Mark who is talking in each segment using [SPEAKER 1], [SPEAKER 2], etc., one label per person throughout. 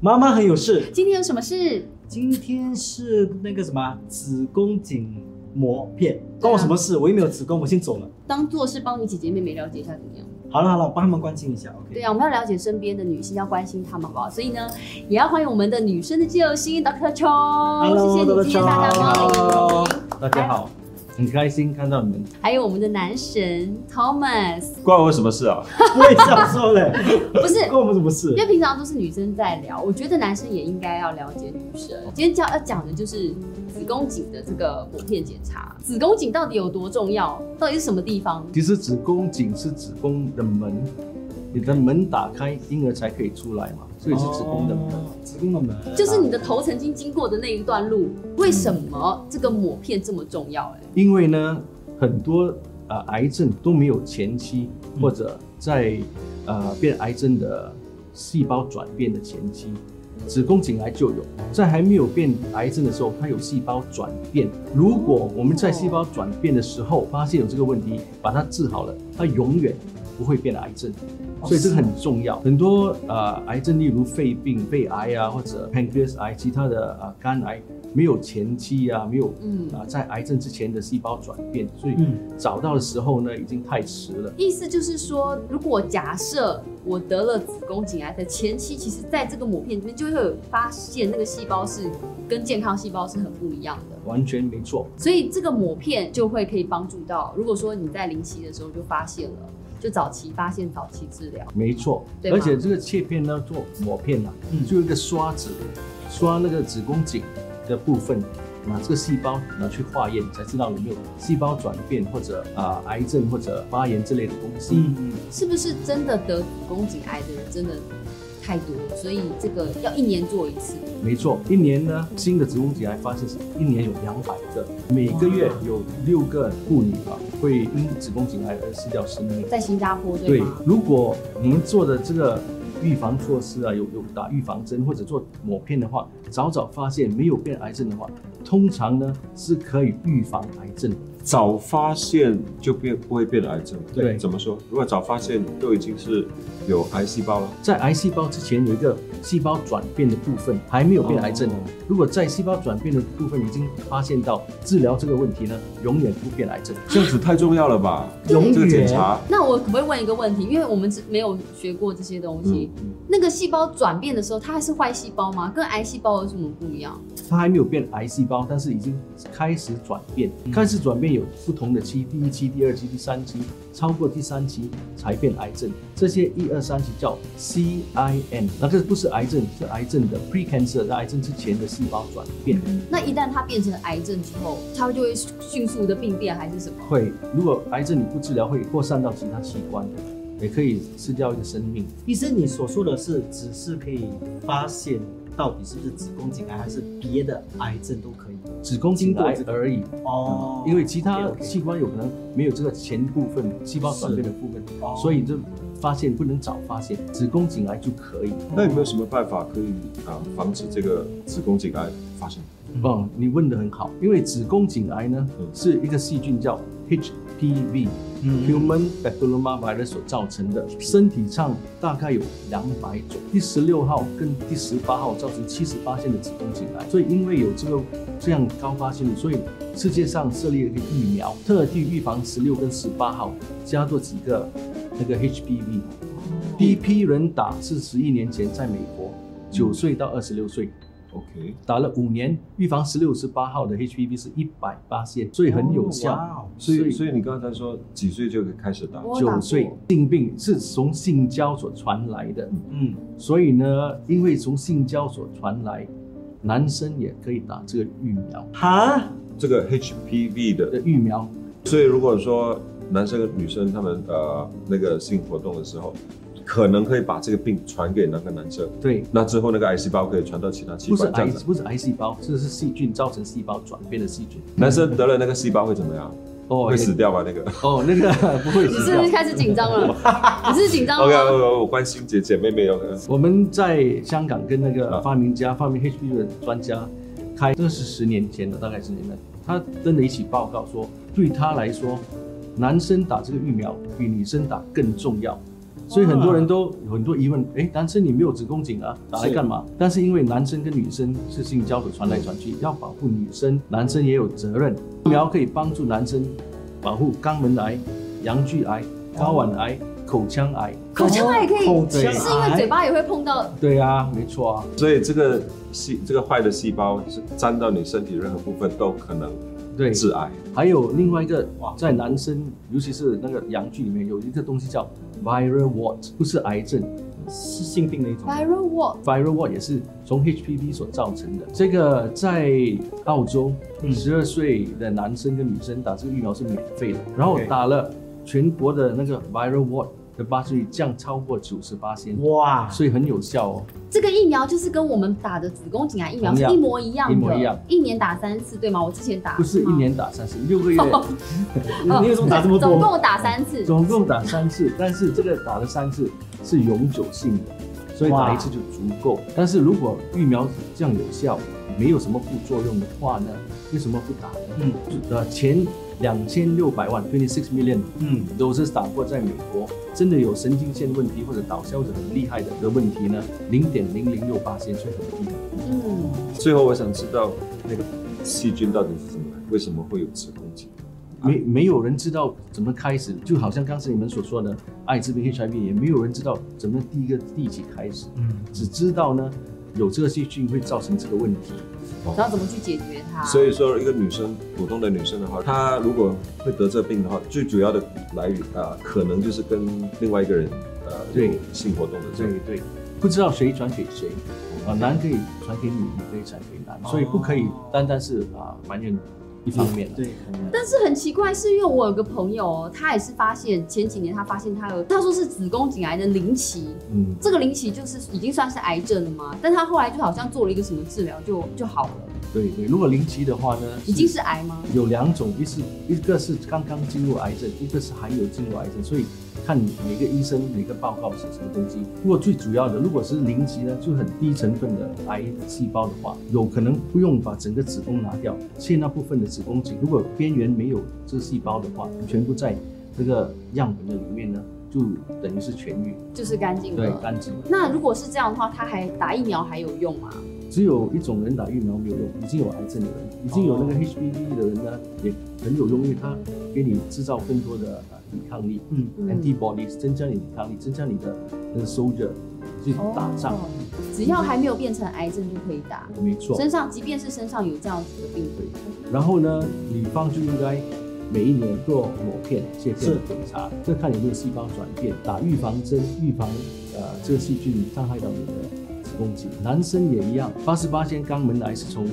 [SPEAKER 1] 妈妈很有事。
[SPEAKER 2] 今天有什么事？
[SPEAKER 1] 今天是那个什么子宫颈膜片，关我什么事？我又没有子宫，我先走了。
[SPEAKER 2] 当做是帮你姐姐妹妹了解一下怎么样？
[SPEAKER 1] 好了好了，我帮他们关心一下，OK。
[SPEAKER 2] 对啊，我们要了解身边的女性，要关心她们，好不好？所以呢，也要欢迎我们的女生的救星 Dr. Chong，
[SPEAKER 1] Hello，
[SPEAKER 2] 谢谢你
[SPEAKER 1] Dr.
[SPEAKER 2] 今天大家光
[SPEAKER 1] Chong
[SPEAKER 2] 临。
[SPEAKER 3] 大家好，很开心看到你们。
[SPEAKER 2] 还有我们的男神 Thomas，
[SPEAKER 3] 关我什么事啊？
[SPEAKER 1] 我也这样说 嘞，
[SPEAKER 2] 不是，
[SPEAKER 1] 关我们什么事
[SPEAKER 2] 因？为平常都是女生在聊，我觉得男生也应该要了解女生。今天教要讲的就是子宫颈的这个膜片检查，子宫颈到底有多重要？到底是什么地方？
[SPEAKER 3] 其实子宫颈是子宫的门，你的门打开，婴儿才可以出来嘛，所以是子宫的门。
[SPEAKER 1] 哦，子宫的门，
[SPEAKER 2] 就是你的头曾经经过的那一段路，为什么这个膜片这么重要、欸？
[SPEAKER 3] 因为呢，很多呃癌症都没有前期，
[SPEAKER 1] 嗯
[SPEAKER 3] 或者在呃变癌症的细胞转变的前期，子宫颈癌就有。在还没有变癌症的时候，它有细胞转变。如果我们在细胞转变的时候发现有这个问题，把它治好了，它永远不会变癌症。所以这个很重要。很多呃癌症，例如肺病、肺癌啊，或者 pancreas 癌、其他的呃肝癌，没有前期啊，没有
[SPEAKER 2] 嗯
[SPEAKER 3] 啊、在癌症之前的细胞转变，所以
[SPEAKER 1] 嗯
[SPEAKER 3] 找到的时候呢，已经太迟了。
[SPEAKER 2] 意思就是说，如果假设我得了子宫颈癌的前期，其实在这个膜片里面就会有发现那个细胞是跟健康细胞是很不一样的，
[SPEAKER 3] 完全没错，
[SPEAKER 2] 所以这个膜片就会可以帮助到，如果说你在临期的时候就发现了，就早期发现、早期治疗。
[SPEAKER 3] 没错。
[SPEAKER 2] 对吧
[SPEAKER 3] 而且这个切片呢，做抹片啊，
[SPEAKER 1] 嗯
[SPEAKER 3] 就有一个刷子，刷那个子宫颈的部分，拿这个细胞拿去化验，才知道有没有细胞转变或者啊、癌症或者发炎之类的东西。
[SPEAKER 1] 嗯嗯
[SPEAKER 2] 是不是真的得子宫颈癌的人真的太多，所以这个要一年做一次？
[SPEAKER 3] 没错，一年呢，新的子宫颈癌发现是一年有两百个，每个月有六个妇女啊会因子宫颈癌而失掉生命。
[SPEAKER 2] 在新加坡对
[SPEAKER 3] 对
[SPEAKER 2] 吗？，
[SPEAKER 3] 如果我们做的这个预防措施啊，有有打预防针或者做抹片的话，早早发现没有变癌症的话，通常呢是可以预防癌症的。
[SPEAKER 4] 早发现就变不会变癌症。
[SPEAKER 3] 对
[SPEAKER 4] 怎么说？如果早发现都已经是有癌细胞了，
[SPEAKER 3] 在癌细胞之前有一个细胞转变的部分还没有变癌症。
[SPEAKER 4] 哦
[SPEAKER 3] 如果在细胞转变的部分已经发现到治疗这个问题呢，永远不变癌症。
[SPEAKER 4] 这样子太重要了吧？
[SPEAKER 1] 永远
[SPEAKER 4] 这个检查，
[SPEAKER 2] 那我可不可以问一个问题？因为我们只没有学过这些东西，
[SPEAKER 4] 嗯嗯
[SPEAKER 2] 那个细胞转变的时候，它还是坏细胞吗？跟癌细胞有什么不一样？
[SPEAKER 3] 它还没有变癌细胞，但是已经开始转变。开始转变有不同的期，第一期、第二期、第三期，超过第三期才变癌症。这些一二三期叫 CIN，那这不是癌症，是癌症的 precancer，在癌症之前的细胞转变。
[SPEAKER 2] 那一旦它变成癌症之后，它就会迅速的病变还是什么？
[SPEAKER 3] 会，如果癌症你不治疗，会扩散到其他器官，也可以吃掉一个生命。
[SPEAKER 1] 医生，你所说的是只是可以发现到底是不是子宫颈癌，还是别的癌症都可以？
[SPEAKER 3] 子宫颈癌而已，
[SPEAKER 1] 哦
[SPEAKER 3] 因为其他
[SPEAKER 1] OK，OK
[SPEAKER 3] 器官有可能没有这个前部分细胞转变的部分
[SPEAKER 1] 哦，
[SPEAKER 3] 所以就发现不能早发现，子宫颈癌就可以。
[SPEAKER 4] 那有没有什么办法可以啊、防止这个子宫颈癌发生？
[SPEAKER 1] 嗯
[SPEAKER 3] 哦，你问的很好，因为子宫颈癌呢
[SPEAKER 4] 嗯
[SPEAKER 3] 是一个细菌叫 HPV。
[SPEAKER 1] 嗯
[SPEAKER 3] Human papilloma virus 所造成的，身体上大概有两百种。第十六号跟第十八号造成七十八线的子宫颈癌，所以因为有这个这样高发现率，所以世界上设立了一个疫苗，特地预防十六跟十八号，加做几个那个 HPV。第一批人打是十一年前在美国，九岁到二十六岁。
[SPEAKER 4] OK，
[SPEAKER 3] 打了五年，预防十六、十八号的 HPV 是一百八线，所以很有效。
[SPEAKER 1] 哦哇哦
[SPEAKER 4] 所以
[SPEAKER 3] 所
[SPEAKER 4] 所以你刚才说几岁就可以开始打？
[SPEAKER 2] 我打
[SPEAKER 3] 九
[SPEAKER 2] 过
[SPEAKER 3] 岁性病是从性交所传来的，
[SPEAKER 1] 嗯，
[SPEAKER 3] 所以呢，因为从性交所传来，男生也可以打这个疫苗
[SPEAKER 1] 哈，
[SPEAKER 4] 这个 HPV 的
[SPEAKER 3] 的疫苗。
[SPEAKER 4] 所以如果说男生跟女生他们呃那个性活动的时候，可能可以把这个病传给那个男生，
[SPEAKER 3] 对，
[SPEAKER 4] 那之后那个癌细胞可以传到其他器
[SPEAKER 3] 不是
[SPEAKER 4] 官，这
[SPEAKER 3] 癌
[SPEAKER 4] 样，子。
[SPEAKER 3] 不是癌细胞，这是细菌造成细胞转变的细菌。
[SPEAKER 4] 男生得了那个细胞会怎么样？
[SPEAKER 3] 哦，
[SPEAKER 4] 会死
[SPEAKER 3] 也
[SPEAKER 4] 掉吧？那个。
[SPEAKER 3] 哦，那个 不会
[SPEAKER 2] 你
[SPEAKER 3] 死
[SPEAKER 2] 是不
[SPEAKER 3] 掉
[SPEAKER 2] 是。开始紧张 了？你是紧张
[SPEAKER 4] OK，
[SPEAKER 2] 了吗？
[SPEAKER 4] 我我关心姐姐妹妹哦有可能。
[SPEAKER 3] 我们在香港跟那个
[SPEAKER 4] 啊
[SPEAKER 3] 发明家、发明 HPV 的专家开，这是十年前的，大概十年前，他真的一起报告说，对他来说，男生打这个疫苗比女生打更重要，所以很多人都有很多疑问，哎，男生你没有子宫颈啊，打来
[SPEAKER 1] 是
[SPEAKER 3] 干嘛？但是因为男生跟女生是性交流传来传去，要保护女生，男生也有责任。疫苗可以帮助男生保护肛门癌、阳具癌、睾丸癌、口腔癌。
[SPEAKER 2] 口腔癌可以，
[SPEAKER 1] 口
[SPEAKER 2] 是
[SPEAKER 1] 腔癌
[SPEAKER 2] 因为嘴巴也会碰到
[SPEAKER 3] 对啊，没错啊，
[SPEAKER 4] 所以这个细这个坏的细胞是沾到你身体任何部分都可能
[SPEAKER 3] 对。
[SPEAKER 4] 致癌。
[SPEAKER 3] 还有另外一个
[SPEAKER 1] 哇，
[SPEAKER 3] 在男生，尤其是那个阳具里面有一个东西叫 viral wart，不是癌症
[SPEAKER 1] 是性病的一种。
[SPEAKER 2] viral wall，
[SPEAKER 3] ，viral wart 也是从 HPV 所造成的。这个在澳洲，
[SPEAKER 1] 嗯
[SPEAKER 3] 十二岁的男生跟女生打这个疫苗是免费的，然后
[SPEAKER 1] OK
[SPEAKER 3] 打了全国的那个 viral wart 的发生率降超过九十八先，
[SPEAKER 1] 哇，
[SPEAKER 3] 所以很有效哦。
[SPEAKER 2] 这个疫苗就是跟我们打的子宫颈癌疫苗
[SPEAKER 3] 同
[SPEAKER 2] 是
[SPEAKER 3] 样
[SPEAKER 2] 一模一样的，
[SPEAKER 3] 一模一样
[SPEAKER 2] 年打三次，对吗？我之前打
[SPEAKER 3] 不是一
[SPEAKER 2] 吗
[SPEAKER 3] 年打三次，六 个月
[SPEAKER 1] 你你为什么打这么
[SPEAKER 2] 总
[SPEAKER 1] 多？
[SPEAKER 2] 共打三次，
[SPEAKER 3] 总共打三次，但是这个打了三次是永久性的，所以打
[SPEAKER 1] 哇
[SPEAKER 3] 一次就足够。但是如果疫苗这样有效，没有什么副作用的话呢，为什么不打呢？
[SPEAKER 1] 嗯
[SPEAKER 3] 呃，前两千六百万 （twenty six million）
[SPEAKER 1] 嗯，
[SPEAKER 3] 都是打过在美国，真的有神经线问题或者导消者很厉害的的问题呢，零点零零六八千，所以很低。
[SPEAKER 2] 嗯，
[SPEAKER 4] 最后我想知道那个细菌到底是怎么来，为什么会有子宫颈？
[SPEAKER 3] 没没有人知道怎么开始，就好像刚才你们所说的艾滋病、HIV，也没有人知道怎么第一个第几开始。
[SPEAKER 1] 嗯，
[SPEAKER 3] 只知道呢有这个细菌会造成这个问题。
[SPEAKER 2] 然后怎么去解决
[SPEAKER 3] 啊
[SPEAKER 2] 它？
[SPEAKER 4] 所以说，一个女生，普通的女生的话，她如果会得这病的话，最主要的来源啊、呃可能就是跟另外一个人呃
[SPEAKER 3] 对
[SPEAKER 4] 有性活动的这
[SPEAKER 3] 对
[SPEAKER 4] 种。
[SPEAKER 3] 对，不知道谁传给谁啊，男可以传给女，女可以传给男，所以不可以单单是啊埋怨一方面的。
[SPEAKER 1] 对，
[SPEAKER 2] 但是很奇怪，是因为我有个朋友哦，他也是发现前几年他发现他有，他说是子宫颈癌的零期，
[SPEAKER 3] 嗯，
[SPEAKER 2] 这个零期就是已经算是癌症了嘛，但他后来就好像做了一个什么治疗就就好了，
[SPEAKER 3] 对对，如果零期的话呢，
[SPEAKER 2] 已经是癌吗？
[SPEAKER 3] 有两种，一是一个是刚刚进入癌症，一个是还有进入癌症，所以看每个医生每个报告写什么东西。如果最主要的，如果是零级呢，就很低成分的癌细胞的话，有可能不用把整个子宫拿掉，切那部分的子宫颈，如果边缘没有这细胞的话，全部在这个样本的里面呢，就等于是痊愈，
[SPEAKER 2] 就是干净
[SPEAKER 3] 对，
[SPEAKER 2] 了。
[SPEAKER 3] 干净。
[SPEAKER 2] 那如果是这样的话，他还打疫苗还有用吗？
[SPEAKER 3] 只有一种人打疫苗没有用，已经有癌症的人，已经有那
[SPEAKER 2] 哦
[SPEAKER 3] 个 HPV 的人呢，也很有用，因为它给你制造更多的呃抵抗力，
[SPEAKER 1] 嗯
[SPEAKER 2] 嗯
[SPEAKER 3] antibodies 增加你抵抗力，增加你的那个 soldier 去打仗，
[SPEAKER 2] 哦，只要还没有变成癌症就可以打。
[SPEAKER 3] 嗯没错。
[SPEAKER 2] 身上即便是身上有这样子的病毒，
[SPEAKER 3] 然后呢，女方就应该每一年做抹片、切片的检查，这看有没有细胞转变，打预防针，预防呃这个细菌伤害到你的子宫颈。男生也一样，八十八先肛门癌是从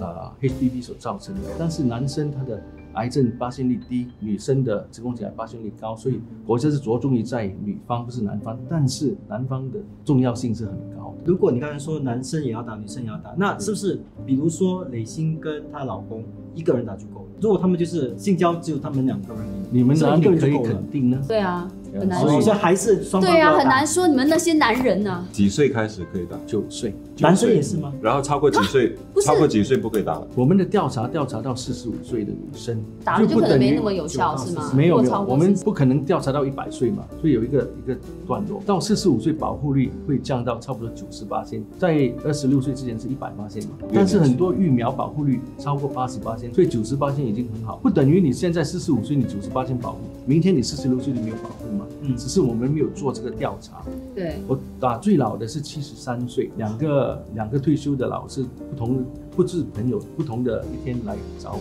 [SPEAKER 3] 呃 HPV 所造成的，但是男生他的癌症发现率低，女生的子宫颈癌发现率高，所以国家是着重于在女方，不是男方，但是男方的重要性是很高的。
[SPEAKER 1] 如果你刚才说男生也要打，女生也要打，那是不是比如说磊鑫跟她老公一个人打就够了？如果他们就是性交只有他们两个人，
[SPEAKER 3] 你们
[SPEAKER 1] 是不
[SPEAKER 3] 哪
[SPEAKER 1] 是一
[SPEAKER 3] 里
[SPEAKER 1] 个人
[SPEAKER 3] 可
[SPEAKER 1] 就
[SPEAKER 3] 以
[SPEAKER 1] 够了
[SPEAKER 3] 肯？定呢？
[SPEAKER 2] 对啊，很难
[SPEAKER 1] 所
[SPEAKER 3] 所
[SPEAKER 1] 以
[SPEAKER 3] 以
[SPEAKER 2] 说。
[SPEAKER 1] 还是双方
[SPEAKER 2] 对
[SPEAKER 1] 都
[SPEAKER 2] 啊，
[SPEAKER 1] 要
[SPEAKER 2] 很
[SPEAKER 1] 打
[SPEAKER 2] 难。说你们那些男人啊呐、
[SPEAKER 4] 几岁开始可以打？
[SPEAKER 3] 九岁。
[SPEAKER 1] 男生也是吗？
[SPEAKER 4] 然后超过几岁
[SPEAKER 2] 不，是
[SPEAKER 4] 超过几岁不可以打了。
[SPEAKER 3] 我们的调查调查到四十五岁的女生，
[SPEAKER 2] 打了就
[SPEAKER 3] 不
[SPEAKER 2] 可能
[SPEAKER 3] 等于
[SPEAKER 2] 没那么有效，是吗？
[SPEAKER 3] 没有
[SPEAKER 2] 如
[SPEAKER 3] 没
[SPEAKER 2] 果
[SPEAKER 3] 有，
[SPEAKER 2] 超过
[SPEAKER 3] 我们
[SPEAKER 2] 40
[SPEAKER 3] 不可能调查到一百岁嘛，所以有一个一个段落，到四十五岁保护率会降到差不多九十八线，在二十六岁之前是一百八线嘛，但是很多疫苗保护率超过八十八线，所以九十八线已经很好，不等于你现在四十五岁你九十八线保护，明天你四十六岁就没有保护嘛，
[SPEAKER 1] 嗯
[SPEAKER 3] 只是我们没有做这个调查，
[SPEAKER 2] 对，
[SPEAKER 3] 我打最老的是七十三岁，两个两个退休的老师，不同不是朋友，不同的一天来找我，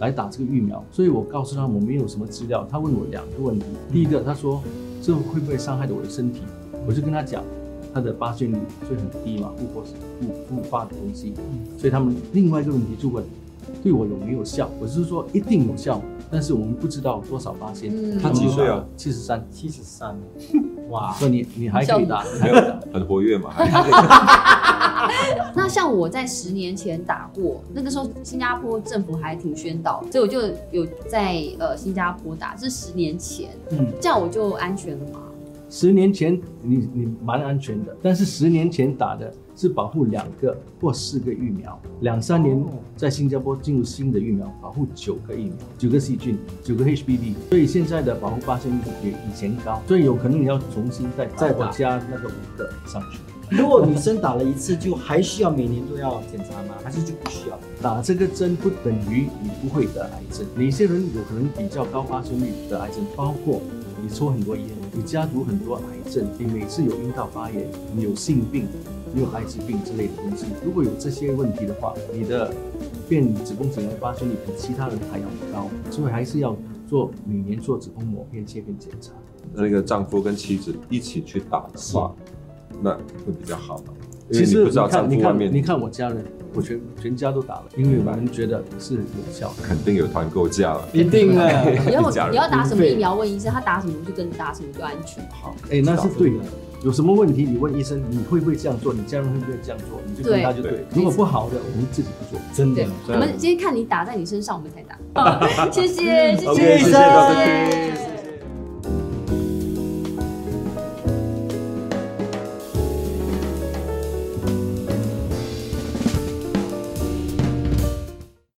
[SPEAKER 3] 来打这个疫苗，所以我告诉他我没有什么资料，他问我两个问题，第一个他说这会不会伤害到我的身体，我就跟他讲。他的发现率所以很低嘛，复活复复发的东西，所以他们另外一个问题就问，对我有没有效？我是说一定有效，但是我们不知道多少八千。
[SPEAKER 2] 嗯
[SPEAKER 4] 他几岁啊？
[SPEAKER 3] 七十三。
[SPEAKER 1] 七十三，哇！
[SPEAKER 3] 说你你还可以打，你还可以打。
[SPEAKER 4] 很活跃嘛， 还
[SPEAKER 2] 那像我在十年前打过，那个时候新加坡政府还挺宣导，所以我就有在呃新加坡打，是十年前，
[SPEAKER 1] 嗯，
[SPEAKER 2] 这样我就安全了嘛？
[SPEAKER 3] 十年前你你蛮安全的，但是十年前打的是保护两个或四个疫苗，两三年
[SPEAKER 1] 哦
[SPEAKER 3] 在新加坡进入新的疫苗，保护九个疫苗，九个细菌，九个 HPV，所以现在的保护八千比以前高，所以有可能你要重新再打
[SPEAKER 1] 再
[SPEAKER 3] 或
[SPEAKER 1] 打
[SPEAKER 3] 加那个五个上去。
[SPEAKER 1] 如果女生打了一次，就还需要每年都要检查吗？还是就不需要？
[SPEAKER 3] 打这个针不等于你不会得癌症。哪些人有可能比较高发生率得癌症？包括你抽很多烟，你家族很多癌症，你每次有阴道发炎，你有性病，你有艾滋病之类的东西。如果有这些问题的话，你的变子宫颈癌发生率比其他人还要高，所以还是要做每年做子宫膜片切片检查。
[SPEAKER 4] 那个丈夫跟妻子一起去打的话，那会比较好吧？
[SPEAKER 3] 其
[SPEAKER 4] 因为你
[SPEAKER 3] 实
[SPEAKER 4] 不知道丈
[SPEAKER 3] 看，
[SPEAKER 4] 夫
[SPEAKER 3] 你
[SPEAKER 4] 外
[SPEAKER 3] 看，你
[SPEAKER 4] 面
[SPEAKER 3] 看我家人，我全全家都打了，因为我们觉得是有效的。
[SPEAKER 4] 肯定有团购价了。
[SPEAKER 1] 一定的。
[SPEAKER 2] 你要
[SPEAKER 4] 假如
[SPEAKER 2] 你要打什么疫苗问医生，他打什么就跟你打什么就安全。
[SPEAKER 4] 好，
[SPEAKER 3] 哎，那是对的。有什么问题你问医生，你会不会这样做？你家人会不会这样做？你就跟
[SPEAKER 2] 对
[SPEAKER 3] 他就对
[SPEAKER 4] 对
[SPEAKER 3] 了。如果不好的，我们自己不做。
[SPEAKER 1] 真的
[SPEAKER 2] 对。，
[SPEAKER 4] 这
[SPEAKER 2] 我
[SPEAKER 4] 样
[SPEAKER 2] 们今天看你打在你身上，我们才打。好谢谢，谢
[SPEAKER 4] OK，
[SPEAKER 2] 谢
[SPEAKER 4] 谢谢 Dr. Chris